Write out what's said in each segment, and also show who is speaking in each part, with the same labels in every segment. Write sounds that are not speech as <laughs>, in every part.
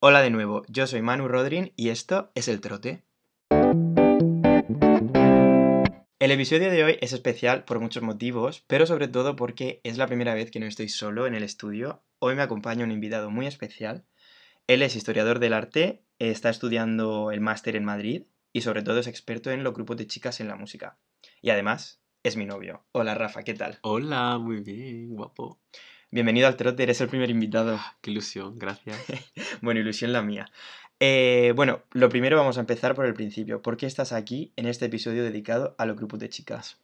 Speaker 1: Hola de nuevo, yo soy Manu Rodrin y esto es El Trote. El episodio de hoy es especial por muchos motivos, pero sobre todo porque es la primera vez que no estoy solo en el estudio. Hoy me acompaña un invitado muy especial. Él es historiador del arte, está estudiando el máster en Madrid y sobre todo es experto en los grupos de chicas en la música. Y además es mi novio. Hola Rafa, ¿qué tal?
Speaker 2: Hola, muy bien, guapo.
Speaker 1: Bienvenido al Trote, eres el primer invitado.
Speaker 2: Qué ilusión,
Speaker 1: <laughs>
Speaker 2: gracias.
Speaker 1: Bueno, ilusión la mía. Eh, bueno, lo primero vamos a empezar por el principio. ¿Por qué estás aquí en este episodio dedicado a los grupos de chicas?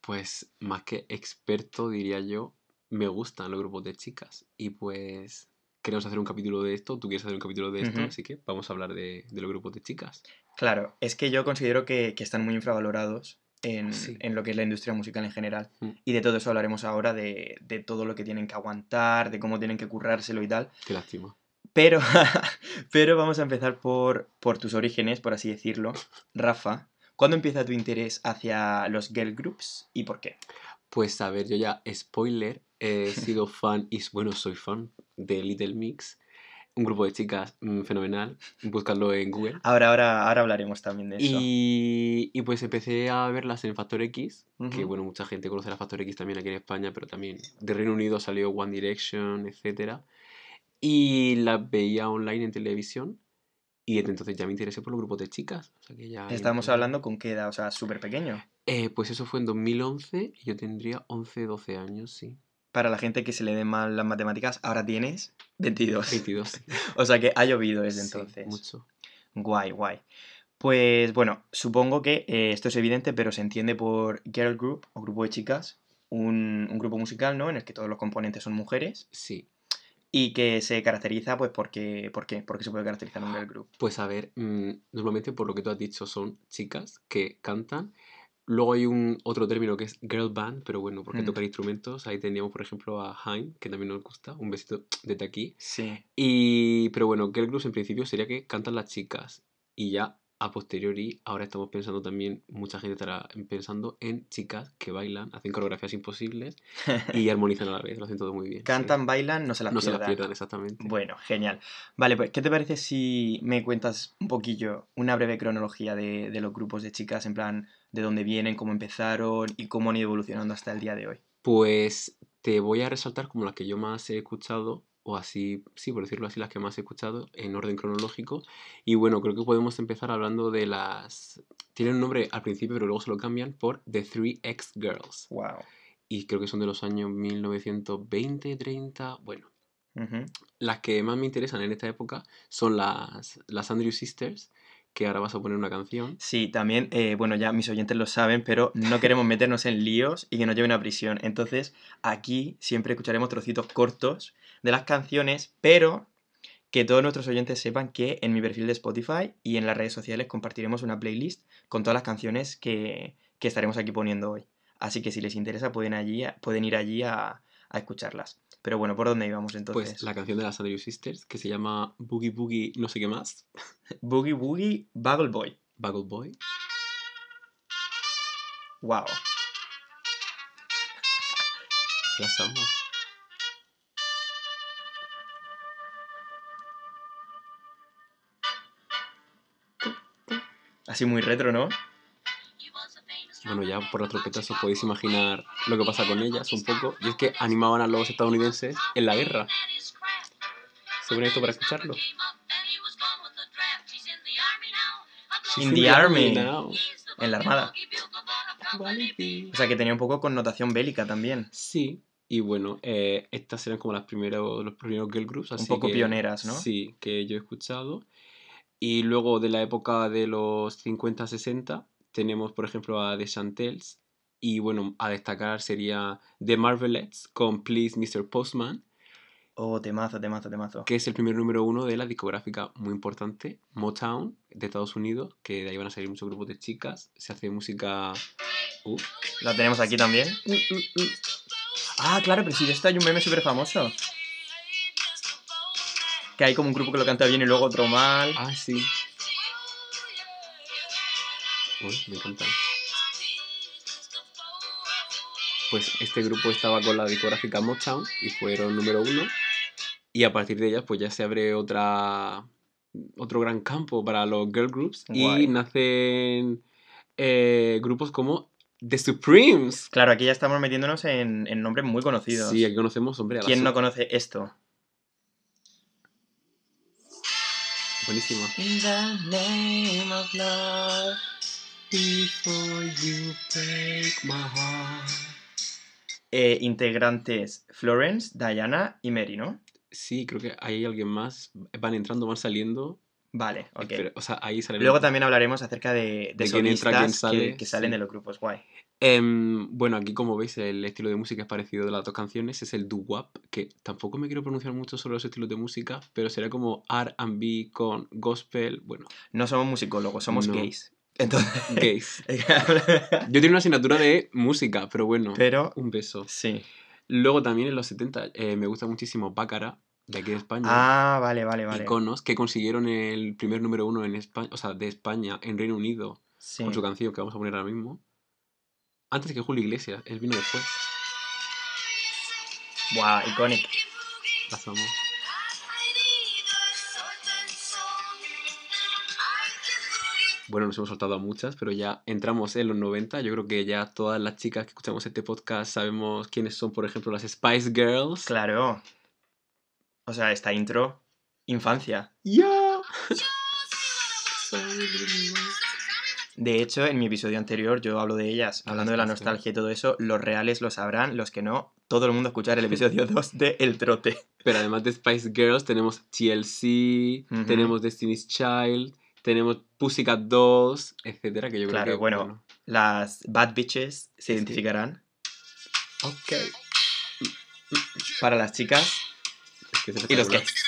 Speaker 2: Pues más que experto, diría yo, me gustan los grupos de chicas. Y pues queremos hacer un capítulo de esto, tú quieres hacer un capítulo de esto,
Speaker 1: Ujú.
Speaker 2: así que vamos a hablar de, de los grupos de chicas.
Speaker 1: Claro, es que yo considero que, que están muy infravalorados en,
Speaker 2: Sí.
Speaker 1: en lo que es la industria musical en general.
Speaker 2: Mm.
Speaker 1: Y de todo eso hablaremos ahora, de, de todo lo que tienen que aguantar, de cómo tienen que currárselo y tal.
Speaker 2: Qué lástima.
Speaker 1: Pero, <laughs> pero vamos a empezar por, por tus orígenes, por así decirlo. Rafa, ¿cuándo empieza tu interés hacia los girl groups y por qué?
Speaker 2: Pues a ver, yo ya, spoiler,
Speaker 1: <laughs>
Speaker 2: he sido fan y bueno, soy fan de Little Mix, un grupo de chicas mm, fenomenal, buscadlo en Google.
Speaker 1: Ahora, ahora, ahora hablaremos también de eso.
Speaker 2: Y, y pues empecé a verlas en Factor X, que
Speaker 1: Ujú.
Speaker 2: bueno, mucha gente conoce la Factor X también aquí en España, pero también de Reino Unido salió One Direction, etcétera Y las veía online en televisión y desde entonces ya me interesé por los grupos de chicas. o sea que ya ahí
Speaker 1: Estábamos
Speaker 2: empecé.
Speaker 1: hablando con qué edad, o sea, súper pequeño.
Speaker 2: Eh, pues eso fue en 2011 y yo tendría 11, 12 años, sí.
Speaker 1: Para la gente que se le den mal las matemáticas, ahora tienes 22.
Speaker 2: 22. sí,
Speaker 1: <laughs> O sea que ha llovido desde
Speaker 2: sí,
Speaker 1: entonces.
Speaker 2: mucho.
Speaker 1: Guay, guay. Pues bueno, supongo que eh, esto es evidente, pero se entiende por girl group o grupo de chicas, un, un grupo musical, ¿no? En el que todos los componentes son mujeres
Speaker 2: Sí.
Speaker 1: y que se caracteriza, pues, porque, ¿por qué? Porque se puede caracterizar un girl group.
Speaker 2: Pues a ver, mm, normalmente por lo que tú has dicho son chicas que cantan. Luego hay un otro término que es girl band, pero bueno, porque
Speaker 1: Mm.
Speaker 2: tocar instrumentos. Ahí teníamos, por ejemplo, a Haim, que también nos gusta. Un besito desde aquí.
Speaker 1: Sí.
Speaker 2: Y, pero bueno, girl groups en principio sería que cantan las chicas. Y ya a posteriori, ahora estamos pensando también, mucha gente estará pensando en chicas que bailan, hacen coreografías
Speaker 1: <laughs>
Speaker 2: imposibles y armonizan a la vez. Lo hacen todo muy bien. sí.
Speaker 1: Cantan, bailan, no se las
Speaker 2: No se las
Speaker 1: pierdan.
Speaker 2: pierdan, exactamente.
Speaker 1: Bueno, genial. Vale, pues, ¿qué te parece si me cuentas un poquillo, una breve cronología de, de los grupos de chicas, en plan, de dónde vienen, cómo empezaron y cómo han ido evolucionando hasta el día de hoy?
Speaker 2: Pues te voy a resaltar como las que yo más he escuchado, o así, sí, por decirlo así, las que más he escuchado en orden cronológico. Y bueno, creo que podemos empezar hablando de las... Tienen un nombre al principio, pero luego se lo cambian por The Three X Girls.
Speaker 1: Wow.
Speaker 2: Y creo que son de los años 1920, 30, bueno. Las que más me interesan en esta época son las, las Andrew Sisters, que ahora vas a poner una canción.
Speaker 1: Sí, también, eh, bueno, ya mis oyentes lo saben, pero no queremos meternos en líos y que nos lleven a prisión. Entonces, aquí siempre escucharemos trocitos cortos de las canciones, pero que todos nuestros oyentes sepan que en mi perfil de Spotify y en las redes sociales compartiremos una playlist con todas las canciones que, que estaremos aquí poniendo hoy. Así que si les interesa, pueden, allí, pueden ir allí a, a escucharlas. Pero bueno, ¿por dónde íbamos entonces?
Speaker 2: Pues la canción de las Andrew Sisters, que se llama Boogie Boogie no sé qué más,
Speaker 1: Boogie Boogie Buggle Boy.
Speaker 2: Bugle Boy.
Speaker 1: ¡Wow!
Speaker 2: Las amo.
Speaker 1: Así muy retro, ¿no?
Speaker 2: Bueno, ya por los trompetas os podéis imaginar lo que pasa con ellas un poco. Y es que animaban a los estadounidenses en la guerra. Se pone esto para escucharlo.
Speaker 1: In the Army.
Speaker 2: now.
Speaker 1: En la Armada. O sea que tenía un poco connotación bélica también.
Speaker 2: Sí. Y bueno, eh, estas eran como las primeros, los primeros girl groups. Así
Speaker 1: poco
Speaker 2: que-
Speaker 1: pioneras, ¿no?
Speaker 2: Sí, que yo he escuchado. Y luego de la época de los 50-60 tenemos, por ejemplo, a The Chantels. Y bueno, a destacar sería The Marvelettes con Please Mr. Postman.
Speaker 1: Oh, temazo, temazo, temazo.
Speaker 2: que es el primer número uno de la discográfica muy importante, Motown, de Estados Unidos, que de ahí van a salir muchos grupos de chicas. Se hace música. ah, Uf.
Speaker 1: La tenemos aquí también.
Speaker 2: Mm, mm, mm.
Speaker 1: Ah, claro, pero si de esto hay un meme súper famoso. Que hay como un grupo que lo canta bien y luego otro mal.
Speaker 2: Ah, sí. Uy, me encanta. Pues este grupo estaba con la discográfica Motown y fueron número uno. Y a partir de ellas, pues ya se abre otra otro gran campo para los girl groups
Speaker 1: Guay.
Speaker 2: y nacen eh, grupos como The Supremes.
Speaker 1: Claro, aquí ya estamos metiéndonos en, en nombres muy conocidos.
Speaker 2: Sí, aquí conocemos, hombre, a la
Speaker 1: ¿Quién no
Speaker 2: Su-
Speaker 1: conoce esto?
Speaker 2: Buenísimo.
Speaker 1: In the name of love,
Speaker 2: Before you break my heart.
Speaker 1: eh, integrantes Florence, Diana y Mary, ¿no?
Speaker 2: Sí, creo que hay alguien más. Van entrando, van saliendo.
Speaker 1: Vale, ok.
Speaker 2: Pero, o sea, ahí salen.
Speaker 1: Luego también hablaremos acerca de, de,
Speaker 2: De quién entra,
Speaker 1: solistas
Speaker 2: quién sale,
Speaker 1: que, que salen
Speaker 2: sí.
Speaker 1: de los grupos, guay.
Speaker 2: Em, bueno, aquí como veis el estilo de música es parecido de las dos canciones, es el doo-wop, que tampoco me quiero pronunciar mucho sobre los estilos de música, pero sería como R&B con gospel,
Speaker 1: <laughs>
Speaker 2: bueno,
Speaker 1: No somos musicólogos, somos
Speaker 2: No.
Speaker 1: gays. Entonces. <laughs>
Speaker 2: gays. Yo tengo una asignatura de música, pero bueno,
Speaker 1: Pero,
Speaker 2: un beso.
Speaker 1: sí.
Speaker 2: Luego también en los 70 eh, me gusta muchísimo Bácara, de aquí de España,
Speaker 1: Ah, vale, vale, vale.
Speaker 2: iconos que consiguieron el primer número uno en España, o sea, de España en Reino Unido,
Speaker 1: Sí.
Speaker 2: con su canción que vamos a poner ahora mismo. Antes que Julio Iglesias, él vino después.
Speaker 1: Guau, Ah, icónico. Ah.
Speaker 2: Las amo. Bueno, nos hemos saltado a muchas, pero ya entramos en los 90. Yo creo que ya todas las chicas que escuchamos este podcast sabemos quiénes son, por ejemplo, las Spice Girls.
Speaker 1: Claro. O sea, esta intro, infancia.
Speaker 2: ¡Ya!
Speaker 1: De hecho, en mi episodio anterior yo hablo de ellas,
Speaker 2: Ah,
Speaker 1: hablando de la
Speaker 2: estás tú.
Speaker 1: nostalgia y todo eso. Los reales lo sabrán, los que no, todo el mundo escuchar el
Speaker 2: <laughs>
Speaker 1: episodio 2 de El Trote.
Speaker 2: Pero además de Spice Girls tenemos TLC,
Speaker 1: Ujú.
Speaker 2: tenemos Destiny's Child, tenemos Pussycat 2, etcétera, que yo
Speaker 1: Claro,
Speaker 2: creo que...
Speaker 1: bueno. Las Bad Bitches se identificarán.
Speaker 2: Ok.
Speaker 1: Para las chicas
Speaker 2: Es que es
Speaker 1: y los
Speaker 2: espectacular.
Speaker 1: gays.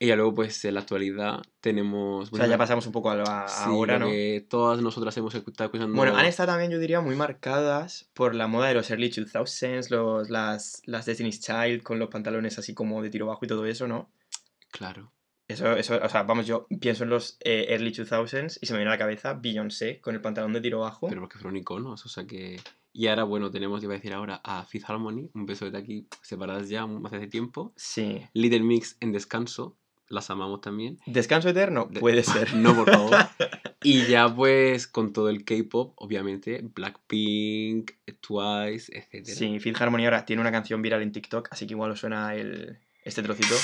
Speaker 2: Y ya luego, pues, en la actualidad tenemos...
Speaker 1: O sea, ya
Speaker 2: bueno,
Speaker 1: pasamos un poco a, lo- a-
Speaker 2: sí,
Speaker 1: ahora,
Speaker 2: lo
Speaker 1: ¿no?
Speaker 2: que todas nosotras hemos escuchado escuchando...
Speaker 1: Bueno, han estado también, yo diría, muy marcadas por la moda de los early 2000s, los, las, las Destiny's Child con los pantalones así como de tiro bajo y todo eso, ¿no?
Speaker 2: Claro.
Speaker 1: Eso, eso, o sea, vamos, yo pienso en los eh, early 2000s y se me viene a la cabeza Beyoncé con el pantalón de tiro bajo.
Speaker 2: Pero porque fueron iconos, o sea que... Y ahora, bueno, tenemos, iba a decir ahora, a Fifth Harmony, un beso de aquí, separadas ya mu- hace tiempo.
Speaker 1: Sí.
Speaker 2: Little Mix en descanso, las amamos también.
Speaker 1: ¿Descanso eterno?
Speaker 2: De-
Speaker 1: Puede ser.
Speaker 2: <laughs> No, por
Speaker 1: <laughs>
Speaker 2: favor. Y ya pues con todo el K-pop, obviamente, Blackpink, Twice, etc.
Speaker 1: Sí, Fifth Harmony ahora tiene una canción viral en TikTok, así que igual os suena el, este trocito.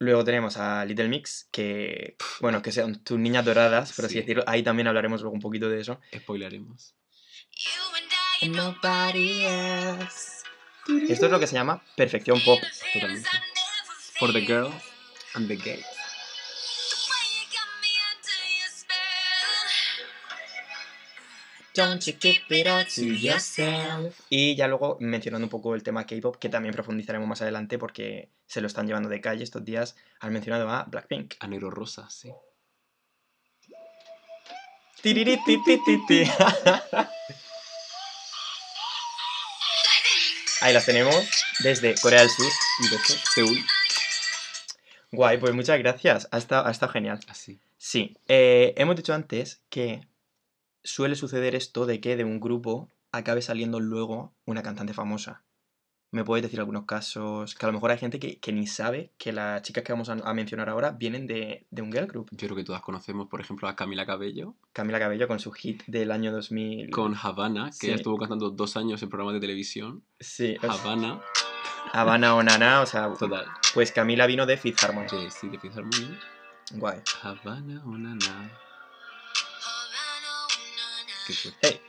Speaker 1: Luego tenemos a Little Mix, que, bueno, que son tus niñas doradas, por así
Speaker 2: Sí.
Speaker 1: decirlo. Ahí también hablaremos luego un poquito de eso.
Speaker 2: Spoilaremos.
Speaker 1: Esto es lo que se llama perfección pop.
Speaker 2: Totalmente. For the girl and the gay.
Speaker 1: Y ya luego mencionando un poco el tema K-pop, que también profundizaremos más adelante porque se lo están llevando de calle estos días. Han mencionado a Blackpink.
Speaker 2: A Nero Rosa, sí.
Speaker 1: Tirirititititi. Ahí las tenemos desde Corea del Sur.
Speaker 2: Un beso. Seúl,
Speaker 1: Guay, pues muchas gracias. Ha estado, ha estado genial.
Speaker 2: así.
Speaker 1: Sí, eh, hemos dicho antes que suele suceder esto de que de un grupo acabe saliendo luego una cantante famosa. ¿Me puedes decir algunos casos? Que a lo mejor hay gente que, que ni sabe que las chicas que vamos a, a mencionar ahora vienen de, de un girl group.
Speaker 2: Yo creo que todas conocemos, por ejemplo, a Camila Cabello
Speaker 1: Camila Cabello con su hit del año 2000.
Speaker 2: con Havana, que
Speaker 1: Sí. Pues
Speaker 2: ella estuvo cantando dos años en programas de televisión.
Speaker 1: Sí, o sea,
Speaker 2: Havana,
Speaker 1: Habana o Nana, o sea,
Speaker 2: total.
Speaker 1: pues Camila vino de Fifth Harmony.
Speaker 2: Sí, sí, de Fifth Harmony.
Speaker 1: Guay.
Speaker 2: Havana, una na. Qué fuerte.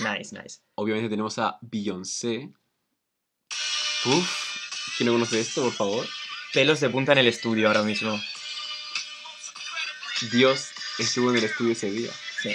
Speaker 1: Hey, nice, nice.
Speaker 2: Obviamente tenemos a Beyoncé. Uf, ¿quién no conoce esto, por favor?
Speaker 1: Pelos de punta en el estudio ahora mismo.
Speaker 2: Dios estuvo en el estudio ese día.
Speaker 1: Sí.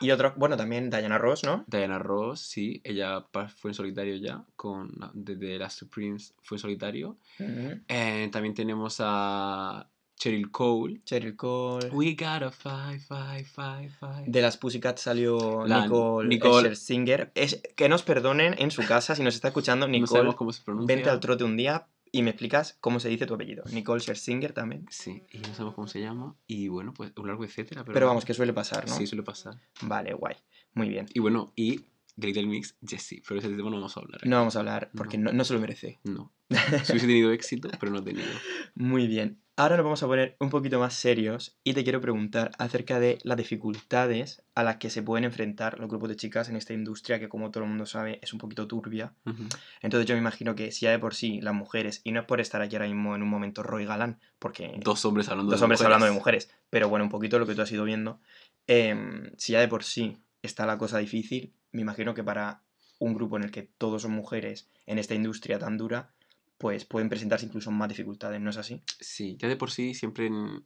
Speaker 1: Y otro, bueno, también Diana Ross, ¿no?
Speaker 2: Diana Ross, sí, ella pa- fue en solitario ya, con desde las Supremes fue en solitario.
Speaker 1: Ujú.
Speaker 2: Eh, también tenemos a Cheryl Cole.
Speaker 1: Cheryl Cole.
Speaker 2: We gotta fight, fight, fight, fight.
Speaker 1: De las Pussycat salió
Speaker 2: La
Speaker 1: Nicole,
Speaker 2: Nicole-
Speaker 1: Scherzinger. Es, que nos perdonen en su casa si nos está escuchando
Speaker 2: no
Speaker 1: Nicole.
Speaker 2: sabemos cómo se pronuncia.
Speaker 1: vente al trote un día y me explicas cómo se dice tu apellido. Nicole Scherzinger también.
Speaker 2: Sí, y no sabemos cómo se llama. Y bueno, pues un largo etcétera. Pero,
Speaker 1: Pero vamos, que suele pasar, ¿no?
Speaker 2: Sí, suele pasar.
Speaker 1: Vale, guay. Muy bien.
Speaker 2: Y bueno, y The Little Mix, Jessie. Pero ese tema no vamos a hablar. ¿eh?
Speaker 1: No vamos a hablar porque
Speaker 2: No.
Speaker 1: no, no se lo merece. <laughs>
Speaker 2: No. Si hubiese tenido éxito, pero no ha tenido.
Speaker 1: Muy bien. Ahora nos vamos a poner un poquito más serios y te quiero preguntar acerca de las dificultades a las que se pueden enfrentar los grupos de chicas en esta industria que, como todo el mundo sabe, es un poquito turbia.
Speaker 2: Ujú.
Speaker 1: Entonces yo me imagino que si ya de por sí las mujeres, y no es por estar aquí ahora mismo en un momento Roy Galán, porque
Speaker 2: Dos hombres hablando
Speaker 1: dos
Speaker 2: de
Speaker 1: hombres hablando de mujeres, pero bueno, un poquito lo que tú has ido viendo, em, si ya de por sí está la cosa difícil, me imagino que para un grupo en el que todos son mujeres en esta industria tan dura, pues pueden presentarse incluso más dificultades, ¿no es así?
Speaker 2: Sí, ya de por sí, siempre en-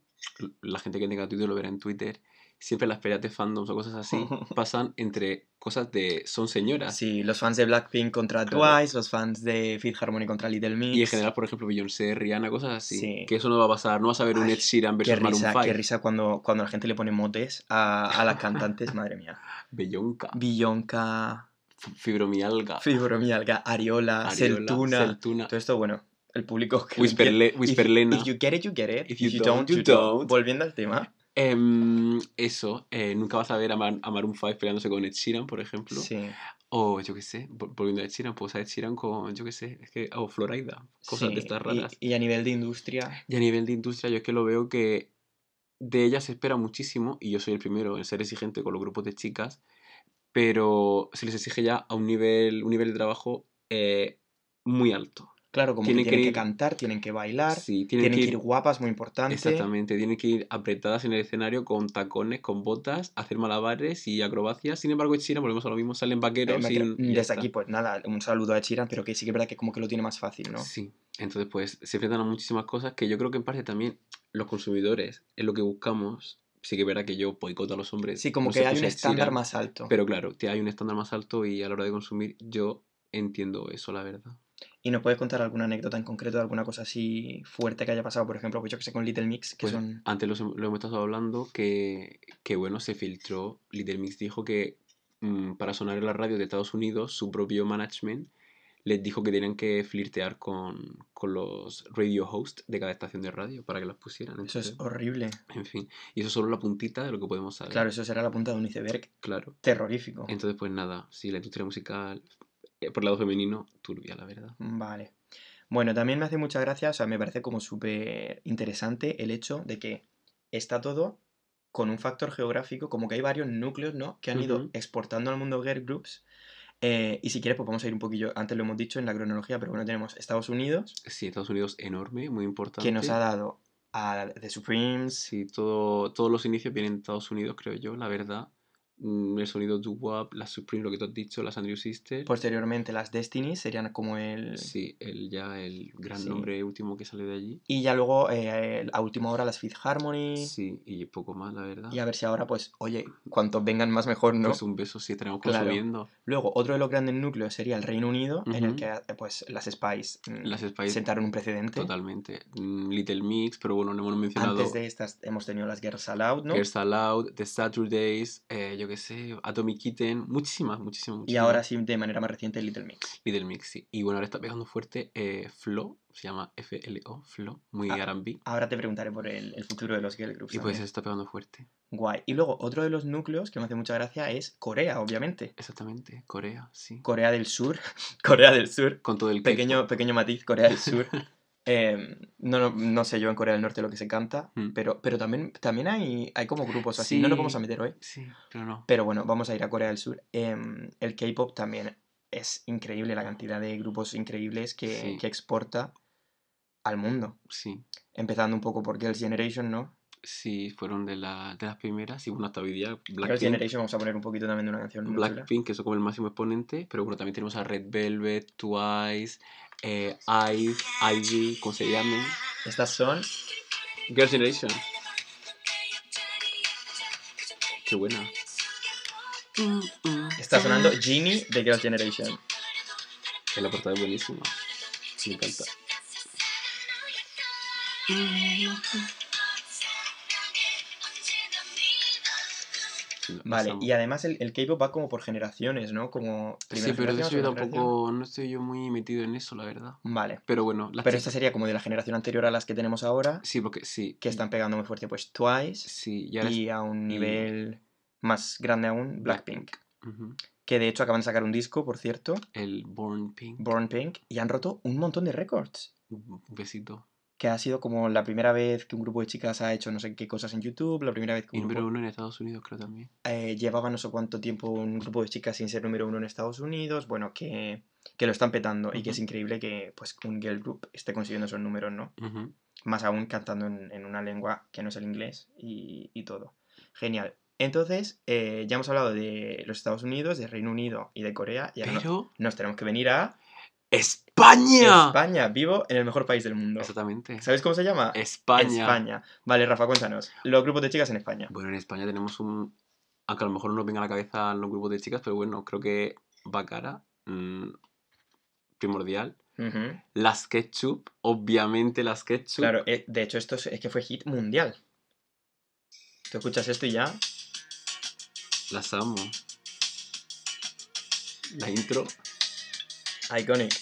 Speaker 2: la gente que tenga Twitter lo verá en Twitter. Siempre las peleas de fandoms o
Speaker 1: <laughs>
Speaker 2: cosas así pasan entre cosas de son señoras.
Speaker 1: Sí, los fans de Blackpink contra
Speaker 2: Claro.
Speaker 1: Twice, los fans de Fifth Harmony contra Little Mix.
Speaker 2: Y en general, por ejemplo, Beyoncé, Rihanna, cosas así.
Speaker 1: Sí.
Speaker 2: Que eso no va a pasar. No vas a ver un
Speaker 1: Ay,
Speaker 2: Ed Sheeran
Speaker 1: Qué
Speaker 2: versus Maroon
Speaker 1: risa,
Speaker 2: 5.
Speaker 1: qué risa cuando, cuando la gente le pone motes a, a las cantantes, madre
Speaker 2: <laughs>
Speaker 1: mía.
Speaker 2: Bellonca,
Speaker 1: Billonca,
Speaker 2: f- Fibromialga,
Speaker 1: Fibromialga, Ariola,
Speaker 2: Ariola,
Speaker 1: Celtuna.
Speaker 2: Celtuna,
Speaker 1: Todo esto, bueno, el público que... lo
Speaker 2: Whisperle-
Speaker 1: entiende. If-
Speaker 2: Whisperlena.
Speaker 1: If, you get it, you get it.
Speaker 2: If you don't, you don't.
Speaker 1: Volviendo al tema.
Speaker 2: Em, eso, eh, nunca vas a ver a, Mar a Maroon 5 peleándose con Ed Sheeran, por ejemplo.
Speaker 1: Sí,
Speaker 2: O yo qué sé, vol- volviendo a Ed Sheeran, pues a Ed Sheeran con, yo qué sé, es que, o Florida, cosas
Speaker 1: sí.
Speaker 2: de estas
Speaker 1: Y-
Speaker 2: raras.
Speaker 1: Y, a nivel de industria,
Speaker 2: Y a nivel de industria, yo es que lo veo que de ellas se espera muchísimo, y yo soy el primero en ser exigente con los grupos de chicas, pero se les exige ya a un nivel, un nivel de trabajo eh, muy alto.
Speaker 1: claro, como
Speaker 2: Tienen
Speaker 1: que
Speaker 2: que
Speaker 1: tienen que,
Speaker 2: ir-
Speaker 1: cantar, tienen que bailar,
Speaker 2: Sí, tienen,
Speaker 1: tienen que ir guapas, muy importante.
Speaker 2: Exactamente, tienen que ir apretadas en el escenario con tacones, con botas, hacer malabares y acrobacias. Sin embargo, en China volvemos a lo mismo, salen
Speaker 1: Eh,
Speaker 2: vaqueros
Speaker 1: me
Speaker 2: y,
Speaker 1: creo-
Speaker 2: y ya
Speaker 1: desde
Speaker 2: está.
Speaker 1: aquí, pues nada, un saludo a Chiran, pero que sí que es verdad que como que lo tiene más fácil, ¿no?
Speaker 2: Sí, entonces pues se enfrentan a muchísimas cosas que yo creo que en parte también los consumidores es lo que buscamos. Sí que es verdad que yo boicoto a los hombres.
Speaker 1: Sí, como
Speaker 2: no
Speaker 1: que
Speaker 2: se
Speaker 1: hay un
Speaker 2: escucha Ed
Speaker 1: estándar
Speaker 2: Sheeran,
Speaker 1: más alto.
Speaker 2: Pero claro, te- hay un estándar más alto y a la hora de consumir yo entiendo eso, la verdad.
Speaker 1: ¿Y nos puedes contar alguna anécdota en concreto de alguna cosa así fuerte que haya pasado? Por ejemplo, pues yo que sé, con Little Mix, que
Speaker 2: Pues
Speaker 1: son...
Speaker 2: antes los hem- lo, hemos estado hablando que, que, bueno, se filtró, Little Mix dijo que mm, para sonar en la radio de Estados Unidos, su propio management les dijo que tenían que flirtear con, con los radio hosts de cada estación de radio para que las pusieran.
Speaker 1: Eso es
Speaker 2: entonces,
Speaker 1: horrible.
Speaker 2: En fin, y eso es solo la puntita de lo que podemos saber.
Speaker 1: Claro, eso será la punta de un iceberg
Speaker 2: claro.
Speaker 1: terrorífico.
Speaker 2: Entonces, pues nada, sí, la industria musical, eh, por el lado femenino, turbia, la verdad.
Speaker 1: Vale. Bueno, también me hace mucha gracia, o sea, me parece como súper interesante el hecho de que está todo con un factor geográfico, como que hay varios núcleos, ¿no? Que han ido
Speaker 2: Ujú.
Speaker 1: exportando al mundo girl groups. Eh, y si quieres, pues vamos a ir un poquillo, antes lo hemos dicho en la cronología, pero bueno, tenemos Estados Unidos,
Speaker 2: Sí, Estados Unidos enorme, muy importante.
Speaker 1: que nos ha dado a The Supremes,
Speaker 2: Sí, todo, todos los inicios vienen de Estados Unidos, creo yo, la verdad. Mm, El sonido doo-wop, las Supreme, lo que tú has dicho, las Andrew Sisters.
Speaker 1: Pues
Speaker 2: eh,
Speaker 1: posteriormente las Destiny, serían como el...
Speaker 2: Sí, el, ya el gran
Speaker 1: Sí.
Speaker 2: nombre último que sale de allí.
Speaker 1: Y ya luego, eh, a última hora, las Fifth Harmony.
Speaker 2: Sí, y poco más, la verdad.
Speaker 1: Y a ver si ahora, pues, oye, cuantos vengan más mejor, ¿no?
Speaker 2: Pues un beso si estaremos
Speaker 1: Claro.
Speaker 2: consumiendo.
Speaker 1: Luego, otro de los grandes núcleos sería el Reino Unido, en el
Speaker 2: Ujú.
Speaker 1: que eh, pues, las Spice mm,
Speaker 2: Las Spice,
Speaker 1: sentaron un precedente.
Speaker 2: totalmente. Mm, Little Mix, pero bueno, no hemos mencionado
Speaker 1: Antes de estas hemos tenido las Girls Aloud, ¿no?
Speaker 2: Girls Aloud, The Saturdays, eh, yo qué sé, Atomic Kitten, muchísimas,
Speaker 1: y
Speaker 2: muchísimas, muchísimas.
Speaker 1: ahora sí, de manera más reciente, Little Mix.
Speaker 2: Little Mix, sí. Y bueno, ahora está pegando fuerte eh, Flo, se llama F-L-O, Flo, muy
Speaker 1: Ah,
Speaker 2: R&B.
Speaker 1: Ahora te preguntaré por el, el futuro de los girl groups.
Speaker 2: Y pues se
Speaker 1: también.
Speaker 2: está pegando fuerte.
Speaker 1: Guay. Y luego, otro de los núcleos que me hace mucha gracia es Corea, obviamente.
Speaker 2: Exactamente, Corea, sí.
Speaker 1: Corea del Sur. <laughs> Corea del Sur.
Speaker 2: Con todo el
Speaker 1: Pequeño,
Speaker 2: K-pop.
Speaker 1: pequeño matiz, Corea del
Speaker 2: <laughs>
Speaker 1: Sur. Eh, no, no, no sé yo en Corea del Norte lo que se canta,
Speaker 2: Mm.
Speaker 1: pero, pero también, también hay, hay como grupos así. No
Speaker 2: Sí.
Speaker 1: nos vamos a meter hoy.
Speaker 2: Sí, pero no.
Speaker 1: Pero bueno, vamos a ir a Corea del Sur. Em, el K-pop también es increíble, la cantidad de grupos increíbles que,
Speaker 2: Sí.
Speaker 1: que exporta al mundo.
Speaker 2: Sí,
Speaker 1: Empezando un poco por Girls' Generation, ¿no?
Speaker 2: sí, fueron de, la- de las primeras. Y bueno, hasta hoy día
Speaker 1: Girls'
Speaker 2: Blackpink,
Speaker 1: Generation, vamos a poner un poquito también de una canción. muy chula.
Speaker 2: Blackpink, que son como el máximo exponente. Pero bueno, también tenemos a Red Velvet, Twice, eh, IVE, Ivy, ¿cómo se llaman?
Speaker 1: Estas son.
Speaker 2: Girls' Generation. Qué buena.
Speaker 1: Está sonando Genie de Girls' Generation.
Speaker 2: El apartado es buenísimo. Me encanta. La
Speaker 1: Vale,
Speaker 2: pasamos.
Speaker 1: y además el, el K-pop va como por generaciones, ¿no? Como
Speaker 2: Sí,
Speaker 1: primera
Speaker 2: pero de eso yo
Speaker 1: generación, segunda generación.
Speaker 2: tampoco no estoy yo muy metido en eso, la verdad.
Speaker 1: Vale.
Speaker 2: Pero bueno, las
Speaker 1: Pero
Speaker 2: chicas-
Speaker 1: esta sería como de la generación anterior a las que tenemos ahora,
Speaker 2: Sí, porque sí.
Speaker 1: que están pegando muy fuerte, pues Twice.
Speaker 2: Sí, y ahora es-
Speaker 1: y a un
Speaker 2: y-
Speaker 1: nivel más grande aún, Blackpink.
Speaker 2: Ujú.
Speaker 1: que de hecho acaban de sacar un disco, por cierto,
Speaker 2: El Born Pink.
Speaker 1: Born Pink, y han roto un montón de récords.
Speaker 2: Un besito.
Speaker 1: Que ha sido como la primera vez que un grupo de chicas ha hecho no sé qué cosas en YouTube, la primera vez que
Speaker 2: Y
Speaker 1: un
Speaker 2: número
Speaker 1: grupo,
Speaker 2: uno en Estados Unidos, creo también.
Speaker 1: eh, llevaba no sé cuánto tiempo un grupo de chicas sin ser número uno en Estados Unidos. Bueno, que, que lo están petando y que es
Speaker 2: Ujú.
Speaker 1: increíble que pues un girl group esté consiguiendo esos números, ¿no?
Speaker 2: Ujú.
Speaker 1: Más aún cantando en, en una lengua que no es el inglés y, y todo. Genial. Entonces, eh, ya hemos hablado de los Estados Unidos, de Reino Unido y de Corea. Y ahora no-
Speaker 2: Pero.
Speaker 1: nos tenemos que venir a
Speaker 2: ¡España!
Speaker 1: España, vivo en el mejor país del mundo.
Speaker 2: Exactamente.
Speaker 1: ¿Sabes cómo se llama?
Speaker 2: España.
Speaker 1: Vale, Rafa, cuéntanos. Los grupos de chicas en España.
Speaker 2: Bueno, en España tenemos un. Aunque a lo mejor no nos venga a la cabeza los grupos de chicas, pero bueno, creo que Bacara, mm, primordial.
Speaker 1: Ujú.
Speaker 2: Las Ketchup, obviamente las Ketchup.
Speaker 1: Claro, eh, de hecho, esto es, es que fue hit mundial. Tú escuchas esto y ya.
Speaker 2: Las amo. La intro.
Speaker 1: Iconic.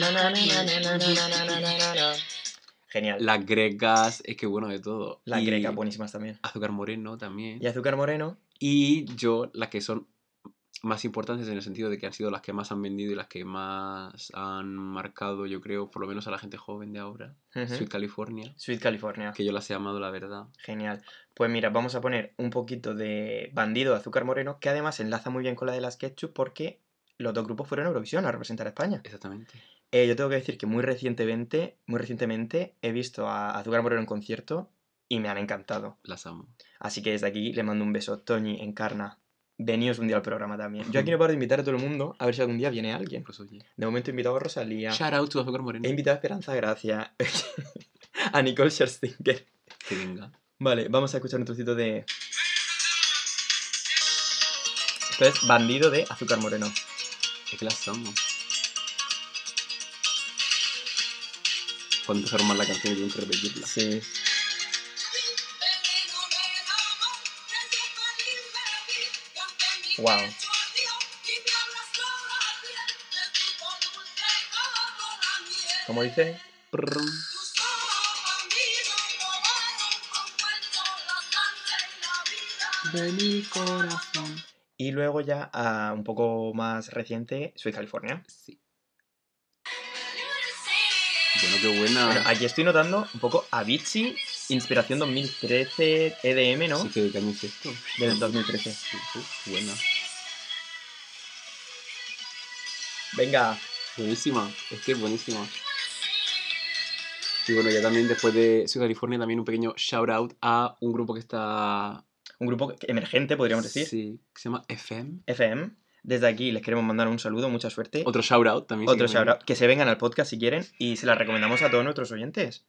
Speaker 1: Na, na, na, na, na, na, na, na, na, na, na, na. Genial.
Speaker 2: Las Gregas, es que bueno, de todo.
Speaker 1: La
Speaker 2: Y
Speaker 1: greca, buenísimas también.
Speaker 2: Azúcar Moreno también.
Speaker 1: Y Azúcar Moreno.
Speaker 2: Y yo, las que son más importantes en el sentido de que han sido las que más han vendido y las que más han marcado, yo creo, por lo menos a la gente joven de ahora.
Speaker 1: Ujú.
Speaker 2: Sweet California,
Speaker 1: Sweet California.
Speaker 2: que yo las he amado, la verdad.
Speaker 1: Genial. Pues mira, vamos a poner un poquito de Bandido de Azúcar Moreno, que además enlaza muy bien con la de las Ketchup porque los dos grupos fueron a Eurovisión a representar a España.
Speaker 2: Exactamente.
Speaker 1: Eh, yo tengo que decir que muy recientemente, muy recientemente he visto a Azúcar Moreno en concierto y me han encantado.
Speaker 2: Las amo.
Speaker 1: Así que desde aquí le mando un beso. Toñi, Encarna, veníos un día al programa también. Yo aquí no paro de invitar a todo el mundo a ver si algún día viene alguien.
Speaker 2: Pues oye.
Speaker 1: De momento he invitado a Rosalía,
Speaker 2: Shout out to Azúcar Moreno.
Speaker 1: he invitado a Esperanza Gracia, <laughs> a Nicole Scherzinger.
Speaker 2: Que venga.
Speaker 1: Vale, vamos a escuchar un trocito de. Esto es Bandido de Azúcar Moreno.
Speaker 2: Es que las amo. Cuando empezó a armar la canción y tengo que repetirla.
Speaker 1: Sí.
Speaker 3: Wow.
Speaker 1: Como dice.
Speaker 2: Prrrrum. De mi corazón.
Speaker 1: Y luego ya a un poco más reciente, Sweet California.
Speaker 2: Sí. Bueno, qué
Speaker 1: Bueno,
Speaker 2: buena.
Speaker 1: aquí estoy notando un poco Avicii, Inspiración 2013, EDM, E ¿no?
Speaker 2: Sí, que qué año es esto.
Speaker 1: Del 2013.
Speaker 2: Uf, Buena.
Speaker 1: Venga,
Speaker 2: Buenísima. Es que es buenísima. Y bueno, ya también después de Ciudad California, también un pequeño shout out a un grupo que está.
Speaker 1: un grupo que- emergente, podríamos decir.
Speaker 2: Sí, que se llama FM.
Speaker 1: FM. Desde aquí les queremos mandar un saludo, mucha suerte.
Speaker 2: Otro shout out también.
Speaker 1: Otro
Speaker 2: sí,
Speaker 1: shout out. Que se vengan al podcast si quieren y se la recomendamos a todos nuestros oyentes.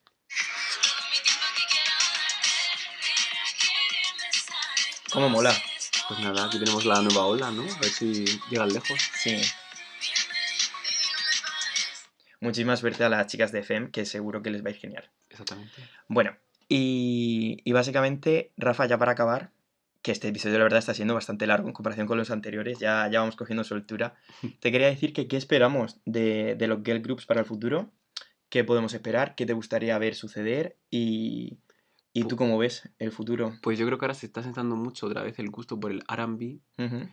Speaker 1: Cómo mola.
Speaker 2: Pues nada, aquí tenemos la nueva ola, ¿no? A ver si llegan lejos.
Speaker 1: Sí. Muchísima suerte a las chicas de FM, que seguro que les va a ir genial.
Speaker 2: Exactamente.
Speaker 1: Bueno, y, y básicamente, Rafa, ya para acabar, que este episodio la verdad está siendo bastante largo en comparación con los anteriores, ya, ya vamos cogiendo soltura, te quería decir que qué esperamos de, de los girl groups para el futuro, qué podemos esperar, qué te gustaría ver suceder y, y tú
Speaker 2: Pu-
Speaker 1: cómo ves el futuro.
Speaker 2: Pues yo creo que ahora se está sentando mucho otra vez el gusto por el RB.
Speaker 1: Ujú.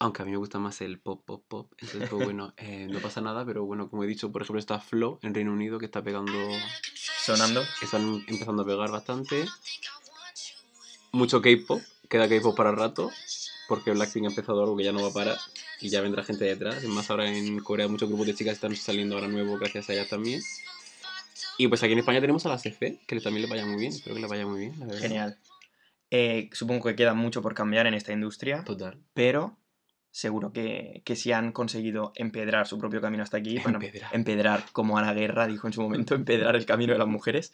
Speaker 2: Aunque a mí me gusta más el pop, pop, pop. Entonces,
Speaker 1: <laughs>
Speaker 2: pues bueno, eh, no pasa nada, pero bueno, como he dicho, por ejemplo, está Flo en Reino Unido que está pegando.
Speaker 1: Sonando.
Speaker 2: Están empezando a pegar bastante. Mucho K-pop. Queda K-pop para rato. Porque Blackpink ha empezado algo que ya no va a parar. Y ya vendrá gente detrás. Es más, ahora en Corea muchos grupos de chicas están saliendo ahora nuevos gracias a ellas también. Y pues aquí en España tenemos a las CF, que le- también les vaya muy bien. Espero que les vaya muy bien, la verdad.
Speaker 1: Genial. Eh, supongo que queda mucho por cambiar en esta industria.
Speaker 2: Total.
Speaker 1: pero seguro que, que si han conseguido empedrar su propio camino hasta aquí, van a-
Speaker 2: Empedrar.
Speaker 1: empedrar, como Ana Guerra dijo en su momento, <laughs> empedrar el camino de las mujeres.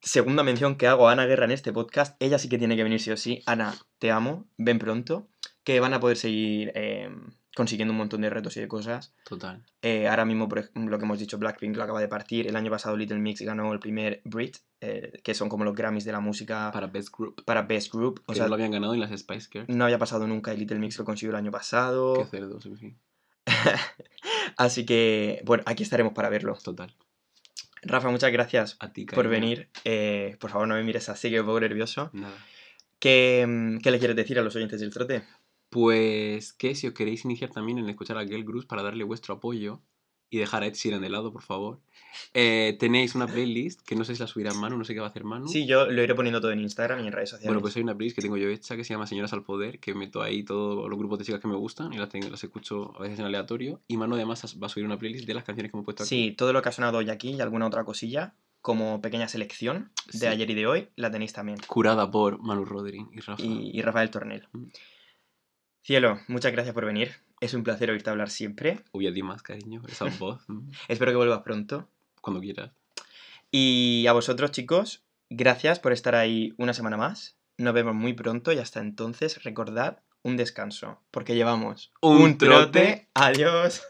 Speaker 1: Segunda mención que hago a Ana Guerra en este podcast, ella sí que tiene que venir sí o sí. Ana, te amo, ven pronto, que van a poder seguir eh, consiguiendo un montón de retos y de cosas.
Speaker 2: Total.
Speaker 1: Eh, ahora mismo, por ejemplo, lo que hemos dicho, Blackpink lo acaba de partir. El año pasado Little Mix ganó el primer Brit, eh, que son como los Grammys de la música para,
Speaker 2: Para Best Group.
Speaker 1: Best Group. O
Speaker 2: que
Speaker 1: sea,
Speaker 2: no lo habían ganado en las Spice Girls.
Speaker 1: no había pasado nunca y Little Mix lo consiguió el año pasado.
Speaker 2: Qué cerdos, en fin.
Speaker 1: Así que, bueno, aquí estaremos para verlo.
Speaker 2: Total.
Speaker 1: Rafa, muchas gracias
Speaker 2: A ti,
Speaker 1: por
Speaker 2: cariño.
Speaker 1: venir. Eh, por favor, no me mires así, que me pongo nervioso.
Speaker 2: Nada.
Speaker 1: ¿Qué, mm, qué le quieres decir a los oyentes del trote?
Speaker 2: Pues que si os queréis iniciar también en escuchar a Girl Groups para darle vuestro apoyo y dejar a Ed Sheeran de lado, por favor, eh, tenéis una playlist que no sé si la subirá Manu, no sé qué va a hacer Manu.
Speaker 1: Sí, yo lo iré poniendo todo en Instagram y en redes sociales.
Speaker 2: Uh. Bueno, pues hay una playlist que tengo yo hecha que se llama Señoras al Poder, que meto ahí todos los grupos de chicas que me gustan y las, tengo- las escucho a veces en aleatorio. Y Manu además as- va a subir una playlist de las canciones que hemos puesto aquí.
Speaker 1: Sí, todo lo que ha sonado hoy aquí y alguna otra cosilla, como pequeña selección de
Speaker 2: Sí.
Speaker 1: ayer y de hoy, la tenéis también.
Speaker 2: Curada por Manu Rodríguez y Rafa.
Speaker 1: Y, y Rafael Tornel.
Speaker 2: Mm.
Speaker 1: Cielo, muchas gracias por venir. Es un placer oírte hablar siempre.
Speaker 2: Uy, a ti más, cariño, esa voz. mm,
Speaker 1: Espero que vuelvas pronto.
Speaker 2: Cuando quieras.
Speaker 1: Y a vosotros, chicos, gracias por estar ahí una semana más. Nos vemos muy pronto y hasta entonces recordad un descanso, porque llevamos
Speaker 2: Un trote.
Speaker 1: Adiós.